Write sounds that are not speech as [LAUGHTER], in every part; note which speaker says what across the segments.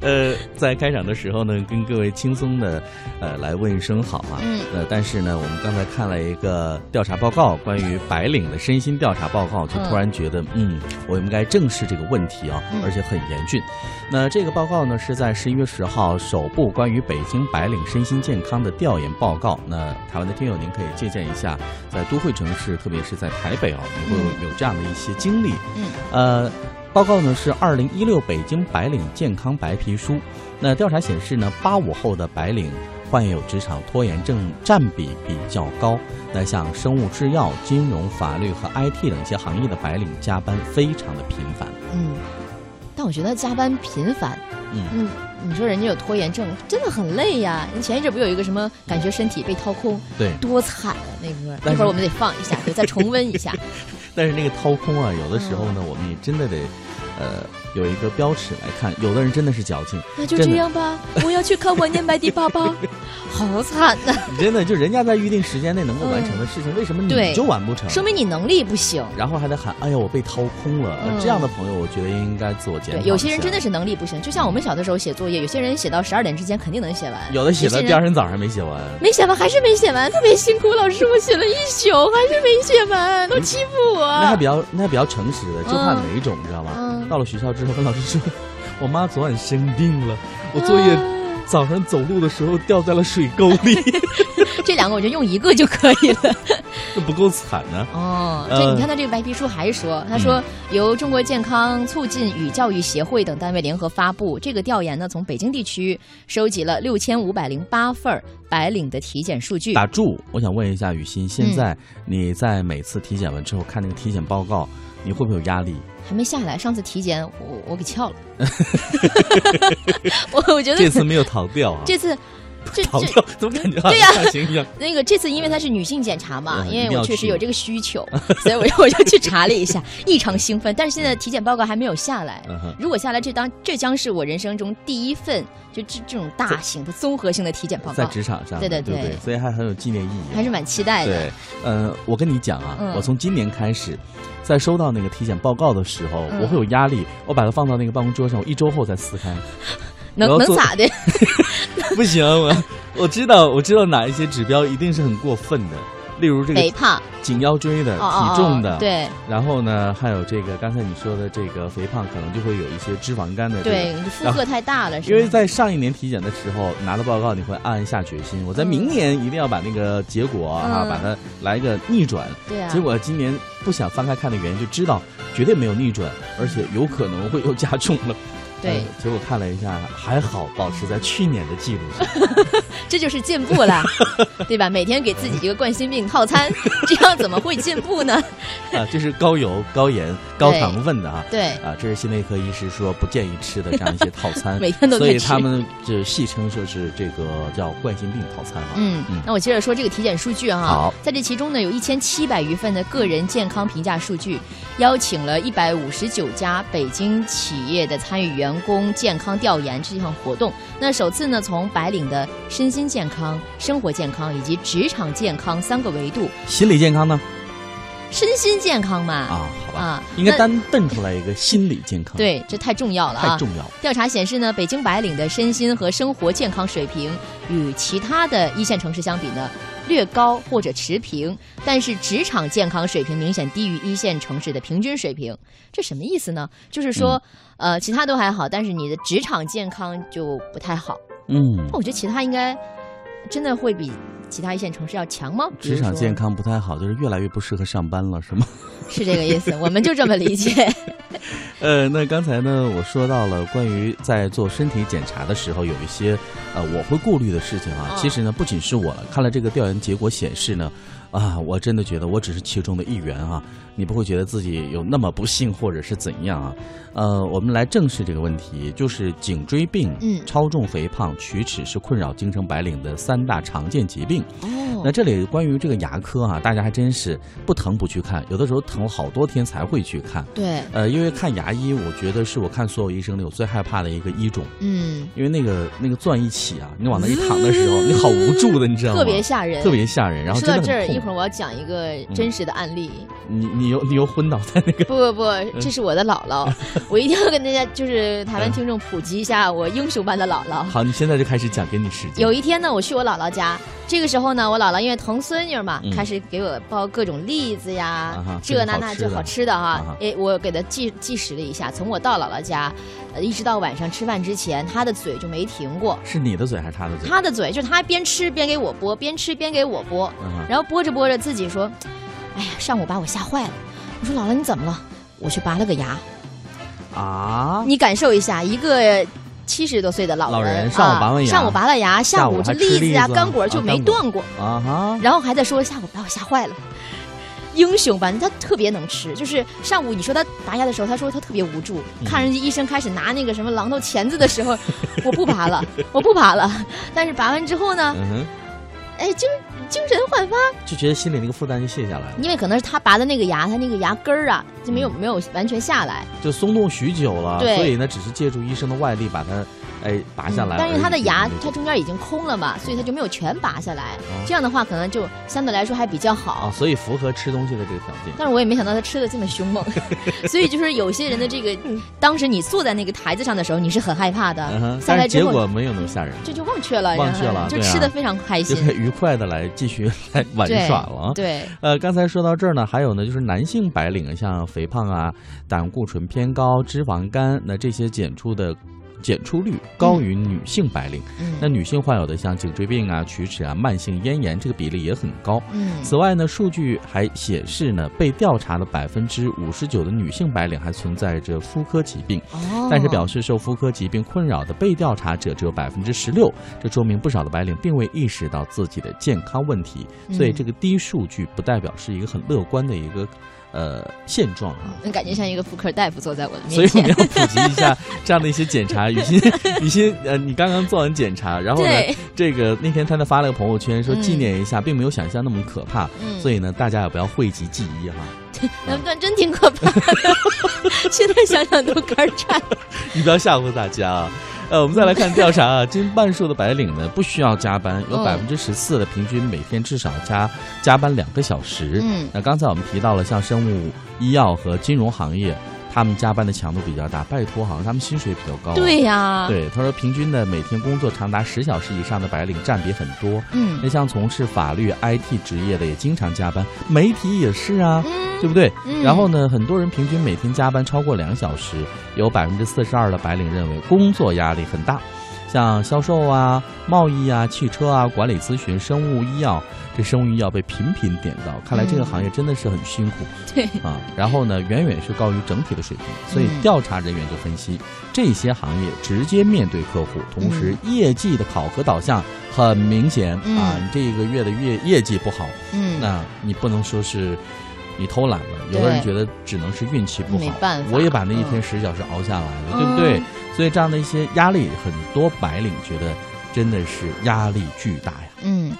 Speaker 1: 呃，在开场的时候呢，跟各位轻松的呃来问一声好啊。
Speaker 2: 嗯
Speaker 1: 呃，但是呢，我们刚才看了一个调查报告，关于白领的身心调查报告，就
Speaker 2: 嗯
Speaker 1: 突然觉得，嗯，我应该正视这个问题啊
Speaker 2: 嗯，
Speaker 1: 而且很严峻。那这个报告呢，是在十一月十号首部关于北京白领身心健康的调研报告。那台湾的听友，您可以借鉴一下，在都会城市，特别是在台北啊，你会有这样的一些经历。
Speaker 2: 嗯，
Speaker 1: 呃，报告呢是二零一六北京白领健康白皮书。那调查显示呢，八五后的白领患有职场拖延症占比比较高。那像生物制药、金融、法律和 IT 等一些行业的白领加班非常的频繁。
Speaker 2: 嗯，但我觉得加班频繁，
Speaker 1: 嗯
Speaker 2: 嗯，你说人家有拖延症，真的很累呀。你前一阵不有一个什么感觉身体被掏空，
Speaker 1: 对，
Speaker 2: 多惨啊那歌、
Speaker 1: 但是
Speaker 2: 一会儿我们得放一下，对，再重温
Speaker 1: [LAUGHS]
Speaker 2: 一下。
Speaker 1: 但是那个掏空啊，有的时候呢，我们也真的得，呃，有一个标尺来看。有的人真的是矫情，
Speaker 2: 那就
Speaker 1: 真
Speaker 2: 这
Speaker 1: 的
Speaker 2: 样吧，我要去看我年白的
Speaker 1: [LAUGHS]
Speaker 2: 爸爸，好惨呐、
Speaker 1: 真的就人家在预定时间内能够完成的事情，为什么
Speaker 2: 对
Speaker 1: 你就完不成？
Speaker 2: 说明你能力不行。
Speaker 1: 然后还得喊：“哎呀，我被掏空了。呃
Speaker 2: 嗯
Speaker 1: 这样的朋友，我觉得应该自我检讨
Speaker 2: 对
Speaker 1: 一，下。
Speaker 2: 有些人真的是能力不行，就像我们小的时候写作业，有些人写到十二点之前肯定能写完，
Speaker 1: 有的写到
Speaker 2: 些
Speaker 1: 第二
Speaker 2: 人啊
Speaker 1: 天早上没写完。
Speaker 2: 没写完还是没写完，特别辛苦。老师，我写了一宿还是没写完，都欺负
Speaker 1: 嗯
Speaker 2: 我。
Speaker 1: 那还比较那还比较诚实的，就怕
Speaker 2: 嗯
Speaker 1: 哪一种，你知道吗
Speaker 2: 嗯？
Speaker 1: 到了学校之后，跟老师说，我妈昨晚生病了，我
Speaker 2: 嗯
Speaker 1: 作业
Speaker 2: 啊
Speaker 1: 早上走路的时候掉在了水沟
Speaker 2: [LAUGHS]
Speaker 1: 里，
Speaker 2: 这两个我觉得用一个就可以了。
Speaker 1: 这不够惨呢。
Speaker 2: [LAUGHS] 哦，
Speaker 1: 呃
Speaker 2: 这你看他这个白皮书还说，他说由中国健康促进与教育协会等单位联合发布，这个调研呢从北京地区收集了六千五百零八份儿白领的体检数据。
Speaker 1: 打住！我想问一下雨欣，现
Speaker 2: 嗯
Speaker 1: 在你在每次体检完之后看那个体检报告，你会不会有压
Speaker 2: [LAUGHS]
Speaker 1: 力？
Speaker 2: 还没下来。上次体检我我给翘 [LAUGHS] 了，我我觉得
Speaker 1: 这次没有逃掉啊？
Speaker 2: 这次这
Speaker 1: 逃
Speaker 2: 这
Speaker 1: 掉怎么感觉好
Speaker 2: 对呀
Speaker 1: 像行一样？
Speaker 2: 那个这次因为它是女性检查嘛，
Speaker 1: 嗯
Speaker 2: 因
Speaker 1: 一定
Speaker 2: 为
Speaker 1: 要
Speaker 2: 我确实
Speaker 1: 去
Speaker 2: 有这个需 [LAUGHS] 求，所以我就我就去查了一下，异常兴奋。但是现在体检报告还没有下来。
Speaker 1: 嗯哼，
Speaker 2: 如果下来，这当这将是我人生中第一份就这这种大型的综合性的体检报
Speaker 1: 在
Speaker 2: 告，
Speaker 1: 职场上，
Speaker 2: 对对
Speaker 1: 对不
Speaker 2: 对
Speaker 1: 所以还很有纪念意义啊。
Speaker 2: 还是蛮期待的。
Speaker 1: 对，呃，我跟你讲啊，
Speaker 2: 嗯
Speaker 1: 我从今年开始，在收到那个体检报告的时候，
Speaker 2: 嗯
Speaker 1: 我会有压力，我把它放到那个办公桌上，我一周后才撕
Speaker 2: [LAUGHS]
Speaker 1: 开。
Speaker 2: 能
Speaker 1: 我要
Speaker 2: 能
Speaker 1: 做 [LAUGHS]
Speaker 2: 咋的？
Speaker 1: 不行，我我知道，我知道哪一些指标一定是很过分的，例如这个
Speaker 2: 肥胖、
Speaker 1: 颈腰椎的、
Speaker 2: 哦哦
Speaker 1: 呃体重的，
Speaker 2: 哦，。对
Speaker 1: 然后呢，还有这个刚才你说的这个肥胖，可能就会有一些脂肪肝的这个
Speaker 2: 对，你负荷太大了，是
Speaker 1: 因为
Speaker 2: 吗
Speaker 1: 在上一年体检的时候拿到报告，你会暗下决心，我在明年一定要把那个结果啊，嗯
Speaker 2: 嗯
Speaker 1: 把它来一个逆转。
Speaker 2: 对啊，
Speaker 1: 结果今年不想翻开看的原因，就知道绝对没有逆转，而且有可能会又加重了。呃，
Speaker 2: 对
Speaker 1: 结果看了一下，还好保持在去年的记录 [LAUGHS] 上。
Speaker 2: 这就是进步了，
Speaker 1: [LAUGHS]
Speaker 2: 对吧？每天给自己一个冠心病套餐，这样怎么会进步呢？
Speaker 1: 啊，这是高油、高盐、高糖分的啊。
Speaker 2: 对，，
Speaker 1: 啊，这是心内科医师说不建议吃的这样一些套餐 [LAUGHS]
Speaker 2: 每天都在
Speaker 1: 所以
Speaker 2: 吃
Speaker 1: 他们就戏称说是这个叫冠心病套餐啊。
Speaker 2: 嗯
Speaker 1: 嗯，
Speaker 2: 那我接着说这个体检数据哈、
Speaker 1: 好
Speaker 2: 在这其中呢，有一千七百余份的个人健康评价数据，邀请了一百五十九家北京企业的参与员工健康调研这项活动。那首次呢，从白领的身心健康、生活健康以及职场健康三个维度，
Speaker 1: 心理健康呢？
Speaker 2: 身心健康嘛，
Speaker 1: 啊，好吧，
Speaker 2: 啊
Speaker 1: 应该
Speaker 2: 那
Speaker 1: 单瞪出来一个心理健康，，
Speaker 2: 对，这太重要了
Speaker 1: 太
Speaker 2: 啊！
Speaker 1: 重要了。
Speaker 2: 调查显示呢，北京白领的身心和生活健康水平与其他的一线城市相比呢，略高或者持平，但是职场健康水平明显低于一线城市的平均水平。这什么意思呢？就是说，
Speaker 1: 嗯
Speaker 2: 呃，其他都还好，但是你的职场健康就不太好。
Speaker 1: 嗯
Speaker 2: 那，我觉得其他应该真的会比其他一线城市要强吗？比如
Speaker 1: 职场
Speaker 2: 说
Speaker 1: 健康不太好，就是越来越不适合上班了，是吗？
Speaker 2: 是这个意思，我们就这么理解。
Speaker 1: [LAUGHS] 呃，那刚才呢，我说到了关于在做身体检查的时候，有一些呃我会顾虑的事情啊。
Speaker 2: 嗯
Speaker 1: 其实呢，不仅是我了，看了这个调研结果显示呢，啊，我真的觉得我只是其中的一员啊。你不会觉得自己有那么不幸或者是怎样啊？呃，我们来正视这个问题，就是颈椎病、
Speaker 2: 嗯
Speaker 1: 超重、肥胖、龋齿是困扰京城白领的三大常见疾病。
Speaker 2: 哦
Speaker 1: 那，这里关于这个牙科啊，大家还真是不疼不去看，有的时候疼好多天才会去看。
Speaker 2: 对，
Speaker 1: 呃，因为看牙医，我觉得是我看所有医生里我最害怕的一个医种，
Speaker 2: 嗯，
Speaker 1: 因为那个那个钻一起啊，你往那一躺的时候，你好无助的，你知道吗？
Speaker 2: 特别吓人，
Speaker 1: 特别吓人，然后
Speaker 2: 说
Speaker 1: 真
Speaker 2: 到
Speaker 1: 的
Speaker 2: 这儿，
Speaker 1: 很
Speaker 2: 一
Speaker 1: 痛嗯
Speaker 2: 会儿我要讲一个真实的案例。
Speaker 1: 你你又你又昏倒在那个
Speaker 2: 不不
Speaker 1: 嗯
Speaker 2: 不，这是我的
Speaker 1: [LAUGHS]
Speaker 2: 姥姥，我一定要跟大家就是台湾听众普及一下
Speaker 1: 嗯
Speaker 2: 我英雄般的姥姥。
Speaker 1: 好，你现在就开始讲，给你时间。
Speaker 2: 有一天呢，我去我姥姥家，这个时候呢，我姥姥因为疼孙女嘛，
Speaker 1: 嗯
Speaker 2: 开始给我包各种栗子呀，
Speaker 1: 啊哈
Speaker 2: 这那那
Speaker 1: 这
Speaker 2: 这
Speaker 1: 个好
Speaker 2: 好
Speaker 1: 吃
Speaker 2: 吃
Speaker 1: 的
Speaker 2: 的
Speaker 1: 啊哈
Speaker 2: 哈。诶，我给她计计时了一下，从我到姥姥家，呃，一直到晚上吃饭之前，她的嘴就没停过。
Speaker 1: 是你的嘴还是他的嘴？
Speaker 2: 她的嘴就是她边吃边给我剥，边吃边给我剥，
Speaker 1: 嗯哼
Speaker 2: 然后剥着剥着自己说：“哎呀，上午把我吓坏了。”我说：“姥姥你怎么了？”我去拔了个牙。
Speaker 1: 啊，
Speaker 2: 你感受一下，一个七十多岁的老
Speaker 1: 老人
Speaker 2: 人，
Speaker 1: 上午
Speaker 2: 啊
Speaker 1: 拔完牙
Speaker 2: 上午拔了牙，
Speaker 1: 下
Speaker 2: 下
Speaker 1: 午
Speaker 2: 午这
Speaker 1: 还吃栗
Speaker 2: 栗子呀、
Speaker 1: 子啊
Speaker 2: 干果就
Speaker 1: 啊
Speaker 2: 没
Speaker 1: 干果
Speaker 2: 断过，
Speaker 1: 啊哈，
Speaker 2: 然后还在说下午把我吓坏了。英雄般，他特别能吃，就是上午你说他拔牙的时候，他说他特别无助，
Speaker 1: 嗯
Speaker 2: 看人家医生开始拿那个什么榔头钳子的
Speaker 1: [LAUGHS]
Speaker 2: 时候，我不拔了，我不拔了。但是拔完之后呢，
Speaker 1: 嗯哼，
Speaker 2: 哎，精精神焕发，
Speaker 1: 就觉得心里那个负担就卸下来了，
Speaker 2: 因为可能是他拔的那个牙，他那个牙根儿啊就没有
Speaker 1: 嗯
Speaker 2: 没有完全下来，
Speaker 1: 就松动许久了，
Speaker 2: 对
Speaker 1: 所以呢，只是借助医生的外力把它哎拔下来而已。
Speaker 2: 嗯但是它的牙
Speaker 1: 对，不
Speaker 2: 它
Speaker 1: 对
Speaker 2: 中间已经空了嘛，所以它就没有全拔下来
Speaker 1: 哦。
Speaker 2: 这样的话，可能就相对来说还比较
Speaker 1: 啊，
Speaker 2: 好。
Speaker 1: 所以符合吃东西的这个条件。
Speaker 2: 但是我也没想到它吃的这么凶
Speaker 1: [LAUGHS]
Speaker 2: 猛，所以就是有些人的这个，当时你坐在那个台子上的时候，你是很害怕
Speaker 1: 嗯
Speaker 2: 的
Speaker 1: 哼，，
Speaker 2: 下
Speaker 1: 但
Speaker 2: 来
Speaker 1: 是
Speaker 2: 之
Speaker 1: 结
Speaker 2: 后
Speaker 1: 果没有那么吓人，
Speaker 2: 这就忘却了，
Speaker 1: 忘却了
Speaker 2: 然后就
Speaker 1: 对啊
Speaker 2: 吃的非常开
Speaker 1: 就
Speaker 2: 心。
Speaker 1: 是愉快的来继续来玩
Speaker 2: 对
Speaker 1: 耍了啊。
Speaker 2: 对，
Speaker 1: 呃，刚才说到这儿呢，还有呢，就是男性白领，像肥胖啊、胆固醇偏高、脂肪肝，那这些检出的检出率高于女性白领。那
Speaker 2: 嗯
Speaker 1: 女性患有的像颈椎病啊、龋齿啊、慢性咽炎，这个比例也很高。
Speaker 2: 嗯，
Speaker 1: 此外呢，数据还显示呢，被调查的百分之五十九的女性白领还存在着妇科疾病，
Speaker 2: 哦，
Speaker 1: 但是表示受妇科疾病困扰的被调查者只有百分之十六，这说明不少的白领并未意识到自己的健康问题，所以
Speaker 2: 嗯
Speaker 1: 这个低数据不代表是一个很乐观的一个呃现状啊。
Speaker 2: 那感觉像一个妇科大夫坐在我
Speaker 1: [LAUGHS]
Speaker 2: 的
Speaker 1: 所以
Speaker 2: 面
Speaker 1: 我们
Speaker 2: 前。
Speaker 1: 要普及一下这样的一些检查。雨
Speaker 2: [LAUGHS]
Speaker 1: 欣，雨欣，呃，你刚刚做完检查，然后呢，
Speaker 2: 对，
Speaker 1: 这个那天他呢发了个朋友圈说
Speaker 2: 嗯
Speaker 1: 纪念一下，并没有想象那么可怕，
Speaker 2: 嗯
Speaker 1: 所以嗯呢，大家也不要讳疾忌医哈。 [LAUGHS]
Speaker 2: 那段真挺可怕的， [LAUGHS] 现在想想都肝儿
Speaker 1: [LAUGHS]
Speaker 2: 颤。
Speaker 1: 你不要吓唬大家啊。呃，我们再来看调查
Speaker 2: [LAUGHS]
Speaker 1: 啊，近半数的白领呢不需要加班，有百分
Speaker 2: 嗯
Speaker 1: 之十四的平均每天至少加加班两个小时。
Speaker 2: 嗯
Speaker 1: 那刚才我们提到了，像生物医药和金融行业，他们加班的强度比较大，拜托，好像他们薪水比较高、啊
Speaker 2: 对啊呀，
Speaker 1: 哦对，他说平均的每天工作长达十小时以上的白领占比很多。
Speaker 2: 嗯
Speaker 1: 那像从事法律、IT 职业的也经常加班，媒体也是啊。
Speaker 2: 嗯
Speaker 1: 对不对？
Speaker 2: 嗯
Speaker 1: 然后呢，很多人平均每天加班超过两小时，有百分之四十二的白领认为工作压力很大。像销售啊、贸易啊、汽车啊、管理咨询、生物医药，这生物医药被频频点到，看来这个
Speaker 2: 嗯
Speaker 1: 行业真的是很辛苦、
Speaker 2: 对，
Speaker 1: 啊。然后呢，远远是高于整体的水平，所以
Speaker 2: 嗯
Speaker 1: 调查人员就分析，这些行业直接面对客户，同时业绩的考核导向很明显、
Speaker 2: 嗯
Speaker 1: 啊，你这一个月的业业绩不好，
Speaker 2: 嗯，
Speaker 1: 那你不能说是你偷懒了，有的人觉得只能是运气不好，
Speaker 2: 没办法
Speaker 1: 我也把那一天十小时熬下来了，
Speaker 2: 嗯
Speaker 1: 对不对？所以这样的一些压力，很多白领觉得真的是压力巨大呀。
Speaker 2: 嗯，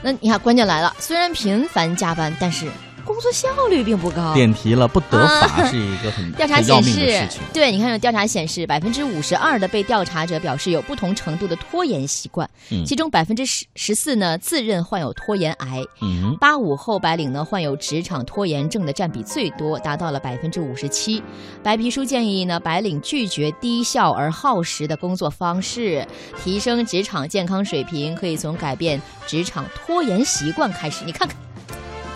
Speaker 2: 那你看，关键来了，虽然频繁加班，但是工作效率并不高。
Speaker 1: 点题了，不得法是一个很、
Speaker 2: 哦啊 [LAUGHS] 调查
Speaker 1: 很要
Speaker 2: 显
Speaker 1: 命的
Speaker 2: 示
Speaker 1: 事情，。
Speaker 2: 对，你看有调查显示，百分之五十二的被调查者表示有不同程度的拖延习惯，
Speaker 1: 嗯
Speaker 2: 其中百分之十十四呢自认患有拖延癌，
Speaker 1: 嗯，
Speaker 2: 八五后白领呢患有职场拖延症的占比最多，达到了百分之五十七。白皮书建议呢，白领拒绝低效而耗时的工作方式，提升职场健康水平，可以从改变职场拖延习惯开始。你看看，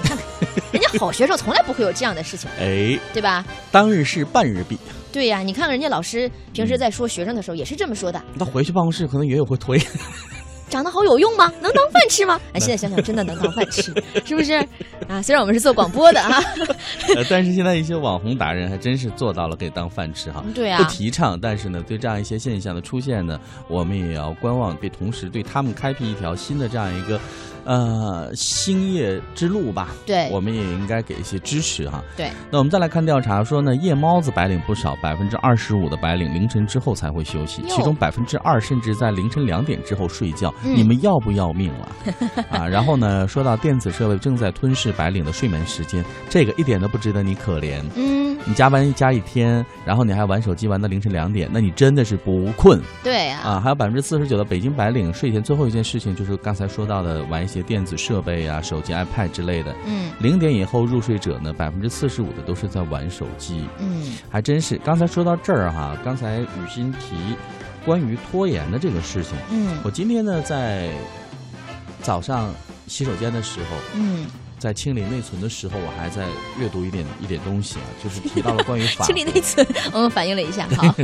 Speaker 2: 你看看，人家好学生从来不会有这样的事情，
Speaker 1: 哎，
Speaker 2: 对吧？
Speaker 1: 当日事半日毕。
Speaker 2: 对呀、你看看人家老师平
Speaker 1: 嗯
Speaker 2: 时在说学生的时候也是这么说的，
Speaker 1: 那回去办公室可能也有会推， [LAUGHS]
Speaker 2: 长得好有用吗？能当饭吃吗？哎，现在想想真的能当饭吃，是不是？啊，虽然我们是做广播
Speaker 1: [LAUGHS]
Speaker 2: 的啊，
Speaker 1: 呃但是现在一些网红达人还真是做到了，给当饭吃哈。
Speaker 2: 对啊，
Speaker 1: 不提倡，但是呢，对这样一些现象的出现呢，我们也要观望，并同时对他们开辟一条新的这样一个，呃，兴业之路吧。
Speaker 2: 对
Speaker 1: 我们也应该给一些支持哈。
Speaker 2: 对。
Speaker 1: 那我们再来看调查说呢，夜猫子白领不少，百分之二十五的白领凌晨之后才会休息，
Speaker 2: 哟
Speaker 1: 其中百分之二甚至在凌晨两点之后睡觉，
Speaker 2: 嗯
Speaker 1: 你们要不要命
Speaker 2: [LAUGHS]
Speaker 1: 了？啊，然后呢，说到电子设备正在吞噬白领的睡眠时间，这个一点都不值得你可怜。
Speaker 2: 嗯，
Speaker 1: 你加班加一天，然后你还玩手机玩到凌晨两点，那你真的是不困
Speaker 2: 对啊，
Speaker 1: 啊！还有百分之四十九的北京白领睡前最后一件事情就是刚才说到的玩一些电子设备啊、手机、iPad 之类的。
Speaker 2: 嗯
Speaker 1: 零点以后入睡者呢，百分之四十五的都是在玩手机，
Speaker 2: 嗯
Speaker 1: 还真是。刚才说到这儿哈、刚才雨欣提关于拖延的这个事情，
Speaker 2: 嗯
Speaker 1: 我今天呢在早上洗手间的时候， [LAUGHS]
Speaker 2: 嗯，
Speaker 1: 在清理内存的时候，我还在阅读一点一点东西啊，就是提到了关于
Speaker 2: [LAUGHS]
Speaker 1: 法
Speaker 2: 清理
Speaker 1: 国
Speaker 2: 那次嗯我们反映了一下，好，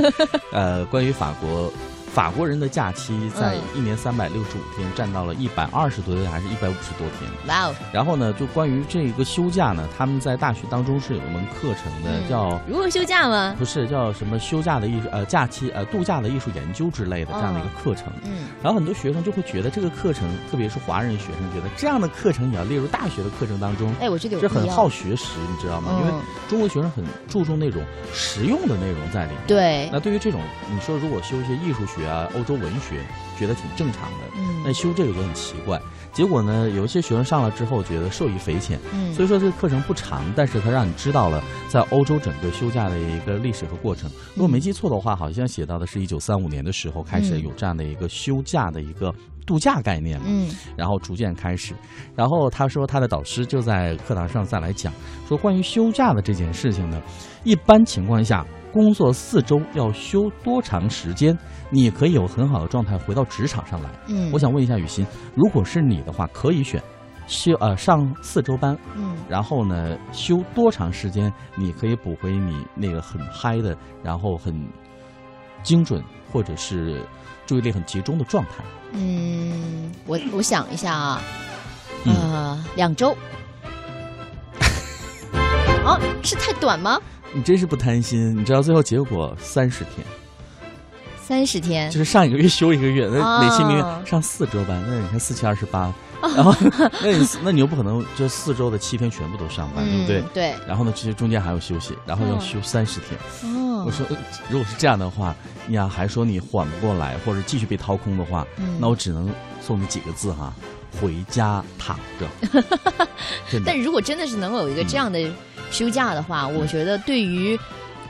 Speaker 1: 呃，关于法国，法国人的假期在
Speaker 2: 嗯
Speaker 1: 一年三百六十五天，占到了一百二十多天还是一百五十多天。
Speaker 2: 哇哦，
Speaker 1: 然后呢，就关于这个休假呢，他们在大学当中是有一门课程的，
Speaker 2: 嗯
Speaker 1: 叫
Speaker 2: 如何休假吗？
Speaker 1: 不是叫什么休假的艺术呃假期呃度假的艺术研究之类的这样的一个课程。
Speaker 2: 嗯
Speaker 1: 然后很多学生就会觉得这个课程，特别是华人学生觉得这样的课程也要列入大学的课程当中，
Speaker 2: 哎，我觉得有
Speaker 1: 这
Speaker 2: 必
Speaker 1: 很
Speaker 2: 要
Speaker 1: 耗学时，你知道吗？因为
Speaker 2: 嗯，
Speaker 1: 中国学生很注重那种实用的内容在里面。
Speaker 2: 对，
Speaker 1: 那对于这种，你说如果修一些艺术学啊、欧洲文学，觉得挺正常的。那
Speaker 2: 嗯
Speaker 1: 修这个就很奇怪，结果呢，有一些学生上了之后觉得受益匪浅，
Speaker 2: 嗯，
Speaker 1: 所以说这个课程不长，但是它让你知道了在欧洲整个休假的一个历史和过程。如果没记错的话，好像写到的是一九三五年的时候开始
Speaker 2: 嗯
Speaker 1: 有这样的一个休假的一个度假概念嘛。
Speaker 2: 嗯
Speaker 1: 然后逐渐开始。然后他说他的导师就在课堂上再来讲说关于休假的这件事情呢，一般情况下工作四周要休多长时间，你可以有很好的状态回到职场上来。
Speaker 2: 嗯，
Speaker 1: 我想问一下雨欣，如果是你的话，可以选。休呃上四周班，
Speaker 2: 嗯
Speaker 1: 然后呢休多长时间？你可以补回你那个很嗨的，然后很精准或者是注意力很集中的状态。
Speaker 2: 嗯，我我想一下啊，
Speaker 1: 嗯
Speaker 2: 呃，
Speaker 1: [LAUGHS]
Speaker 2: 两周。哦，是太短吗？
Speaker 1: 你真是不贪心，你知道最后结果三十天，
Speaker 2: 三十天
Speaker 1: 就，是上一个月 [LAUGHS] 休一个月，那
Speaker 2: 哦
Speaker 1: 美其名曰上四周班，那你看四七二十八，然后那你那你又不可能这四周的七天全部都上班，对不啊对？
Speaker 2: 嗯？对，
Speaker 1: 然后呢，其实中间还有休息，然后要
Speaker 2: 嗯
Speaker 1: 休三十天。
Speaker 2: 哦
Speaker 1: 我，说，呃如果是这样的话，你要还说你缓不过来，或者继续被掏空的话，
Speaker 2: 嗯
Speaker 1: 那我只能送你几个字哈：回家躺着。
Speaker 2: [LAUGHS]
Speaker 1: 真的
Speaker 2: 但，如果真的是能够有一个
Speaker 1: 嗯
Speaker 2: 这样的休假的话，我觉得对于。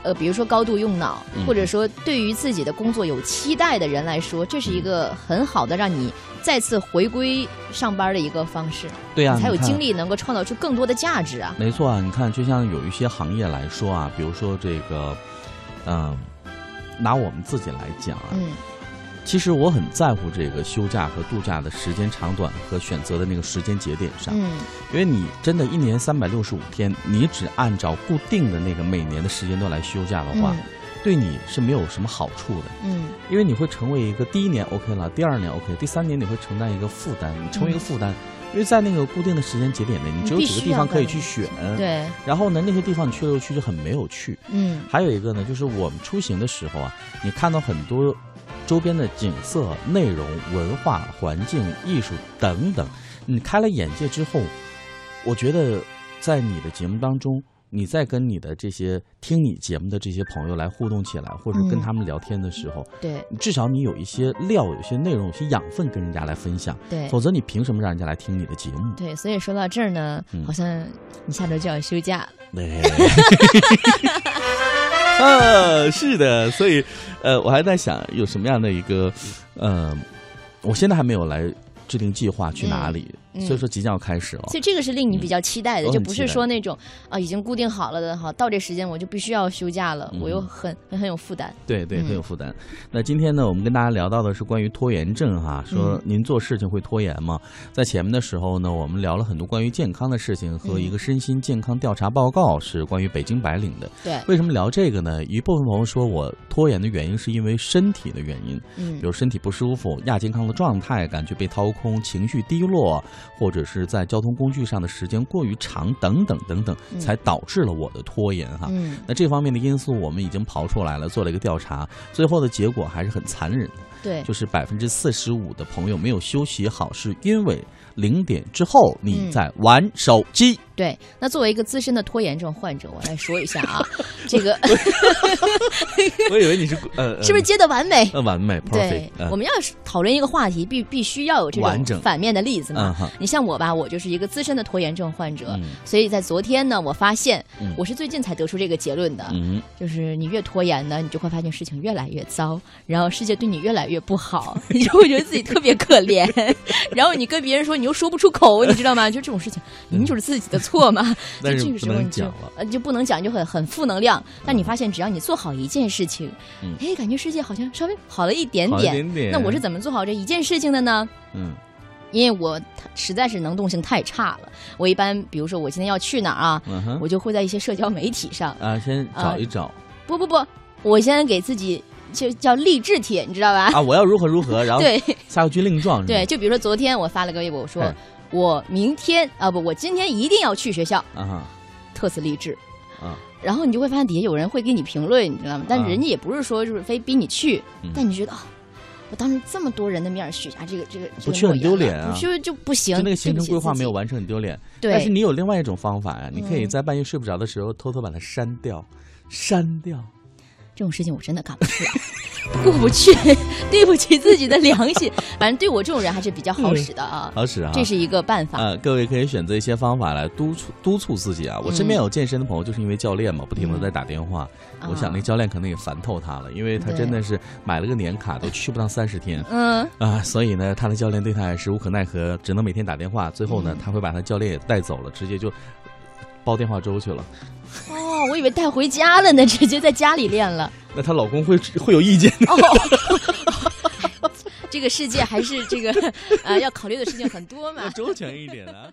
Speaker 2: 呃，比如说高度用脑，
Speaker 1: 嗯
Speaker 2: 或者说对于自己的工作有期待的人来说，这是一个很好的让你再次回归上班的一个方式，
Speaker 1: 对呀、
Speaker 2: 你才有
Speaker 1: 你看
Speaker 2: 精力能够创造出更多的价值啊。
Speaker 1: 没错啊，你看，就像有一些行业来说啊，比如说这个，嗯、拿我们自己来讲啊，
Speaker 2: 嗯
Speaker 1: 其实我很在乎这个休假和度假的时间长短和选择的那个时间节点上，
Speaker 2: 嗯
Speaker 1: 因为你真的一年三百六十五天，你只按照固定的那个每年的时间段来休假的话，对你是没有什么好处的。
Speaker 2: 嗯
Speaker 1: 因为你会成为一个第一年 OK 了，第二年 OK，第三年你会承担一个负担，你
Speaker 2: 嗯
Speaker 1: 成为一个负担，因为在那个固定的时间节点内，你只有
Speaker 2: 你必
Speaker 1: 几个
Speaker 2: 须
Speaker 1: 地
Speaker 2: 要
Speaker 1: 方可以
Speaker 2: 干
Speaker 1: 去选，
Speaker 2: 嗯，对，
Speaker 1: 然后呢，那些地方你去了又去就很没有趣。
Speaker 2: 嗯
Speaker 1: 还有一个呢，就是我们出行的时候啊，你看到很多周边的景色、内容、文化、环境、艺术等等，你开了眼界之后，我觉得在你的节目当中。你在跟你的这些听你节目的这些朋友来互动起来，或者跟
Speaker 2: 嗯
Speaker 1: 他们聊天的时候，
Speaker 2: 对
Speaker 1: 至少你有一些料、有些内容、有些养分跟人家来分享，
Speaker 2: 对
Speaker 1: 否则你凭什么让人家来听你的节目？
Speaker 2: 对，所以说到这儿呢，
Speaker 1: 嗯
Speaker 2: 好像你下周就要休假了。
Speaker 1: 对， [LAUGHS] 呃，是的，所以，呃，我还在想有什么样的一个，呃，我现在还没有来制定计划去哪里，
Speaker 2: 嗯嗯
Speaker 1: 所以说即将要开始哦了。
Speaker 2: 所以这个是令你比较期待的，
Speaker 1: 嗯
Speaker 2: 就
Speaker 1: 我
Speaker 2: 不
Speaker 1: 很期
Speaker 2: 是
Speaker 1: 待
Speaker 2: 说那种啊已经固定好了的哈，到这时间我就必须要休假了，
Speaker 1: 嗯
Speaker 2: 我又很 [LAUGHS] 很很有负担。
Speaker 1: 对对，
Speaker 2: 嗯
Speaker 1: 很有负担。那今天呢，我们跟大家聊到的是关于拖延症哈、说
Speaker 2: 嗯
Speaker 1: 您做事情会拖延吗？在前面的时候呢，我们聊了很多关于健康的事情和
Speaker 2: 嗯
Speaker 1: 一个身心健康调查报告，是关于北京白领的。
Speaker 2: 对，
Speaker 1: 为什么聊这个呢？一部分朋友说我拖延的原因是因为身体的原因。
Speaker 2: 嗯
Speaker 1: 比如身体不舒服、亚健康的状态，感觉被掏空、情绪低落，或者是在交通工具上的时间过于长等等等等，
Speaker 2: 嗯
Speaker 1: 才导致了我的拖延哈。
Speaker 2: 嗯
Speaker 1: 那这方面的因素我们已经刨出来了，做了一个调查，最后的结果还是很残忍的。
Speaker 2: 对
Speaker 1: 就是百分之四十五的朋友没有休息好，是因为零点之后
Speaker 2: 嗯
Speaker 1: 你在玩手机。
Speaker 2: 对，那作为一个资深的拖延症患者，我来说一下
Speaker 1: [LAUGHS]
Speaker 2: 啊，这个
Speaker 1: 嗯我以为你是 [LAUGHS] 呃，
Speaker 2: 是不是接的完
Speaker 1: [LAUGHS]
Speaker 2: 美？
Speaker 1: 呃完美 perfect？嗯
Speaker 2: 对，我们要是讨论一个话题，必必须要有这
Speaker 1: 完
Speaker 2: 种
Speaker 1: 整
Speaker 2: 反面的例子
Speaker 1: 嗯
Speaker 2: 嘛。
Speaker 1: 哈，
Speaker 2: 你像我吧，我就是一个资深的拖延症患者，
Speaker 1: 嗯
Speaker 2: 所以在昨天呢，我发现
Speaker 1: 嗯
Speaker 2: 我是最近才得出这个结论的，
Speaker 1: 嗯，
Speaker 2: 就是你越拖延呢，你就会发现事情越来越糟，然后世界对你越来越不好， [LAUGHS] 你就会觉得自己特别可怜， [LAUGHS] 然后你跟别人说你又说不出口，你知道吗？就这种事情，明就是自己的错嘛，就
Speaker 1: 嗯但
Speaker 2: 这
Speaker 1: 是
Speaker 2: 个
Speaker 1: 不
Speaker 2: 时候
Speaker 1: 能
Speaker 2: 你就
Speaker 1: 讲了。
Speaker 2: 呃就不能讲，就很很负能量。但你发现只要你做好一件事情，
Speaker 1: 嗯
Speaker 2: 哎，感觉世界好像稍微好了一点
Speaker 1: 好一
Speaker 2: 点。
Speaker 1: 点点。
Speaker 2: 那我是怎么做好这一件事情的呢？
Speaker 1: 嗯
Speaker 2: 因为我实在是能动性太差了。我一般，比如说我今天要去哪儿啊，
Speaker 1: 嗯哼
Speaker 2: 我就会在一些社交媒体上，
Speaker 1: 啊，先
Speaker 2: 呃
Speaker 1: 找一找
Speaker 2: 不不不，我先给自己就叫励志帖，你知道吧？
Speaker 1: [LAUGHS] 啊，我要如何如
Speaker 2: [LAUGHS]
Speaker 1: 何，然后
Speaker 2: 对
Speaker 1: 下个军令状是吧
Speaker 2: 对，就比如说昨天我发了个微博，我说
Speaker 1: 哎
Speaker 2: 我明天啊不，我今天一定要去学校，
Speaker 1: 啊哈
Speaker 2: 特此励志。
Speaker 1: 啊，
Speaker 2: 然后你就会发现底下有人会给你评论，你知道吗？但
Speaker 1: 啊
Speaker 2: 人家也不是说就是非逼你去，
Speaker 1: 嗯
Speaker 2: 但你觉得啊、我当着这么多人的面儿许下这个这个这
Speaker 1: 不
Speaker 2: 个
Speaker 1: 去很
Speaker 2: 诺言
Speaker 1: 丢
Speaker 2: 了
Speaker 1: 脸啊
Speaker 2: 不去就不行，
Speaker 1: 就那
Speaker 2: 对
Speaker 1: 个
Speaker 2: 不
Speaker 1: 行程
Speaker 2: 起
Speaker 1: 规
Speaker 2: 自
Speaker 1: 划没有
Speaker 2: 己。
Speaker 1: 完成，很丢脸。但是
Speaker 2: 对，
Speaker 1: 你有另外一种方法呀、你可以
Speaker 2: 嗯
Speaker 1: 在半夜睡不着的时候偷偷把它删掉，删掉。
Speaker 2: 这种事情我真的干不出来， [LAUGHS] 过不去，对不起自己的良心。反正对我这种人还是比较好使的啊，
Speaker 1: 好使啊！
Speaker 2: 这是一个办法。
Speaker 1: 呃，各位可以选择一些方法来督促督促自己啊。
Speaker 2: 嗯
Speaker 1: 我身边有健身的朋友，就是因为教练嘛，不停的在打电话。嗯我想那
Speaker 2: 啊
Speaker 1: 教练可能也烦透他了，因为他
Speaker 2: 对
Speaker 1: 真的是买了个年卡都去不到三十天啊、
Speaker 2: 嗯，
Speaker 1: 所以呢，他的教练对他也是无可奈何，只能每天打电话。最后呢
Speaker 2: 嗯，
Speaker 1: 他会把他教练也带走了，直接就煲电话粥去了。
Speaker 2: 哦，我以为带回家了呢，直接在家里练了。
Speaker 1: 那她老公会会有意见 [LAUGHS] 的。
Speaker 2: 哦，
Speaker 1: [LAUGHS]
Speaker 2: 这个世界还是这个呃要考虑的事情很多嘛。
Speaker 1: 周全一点啊。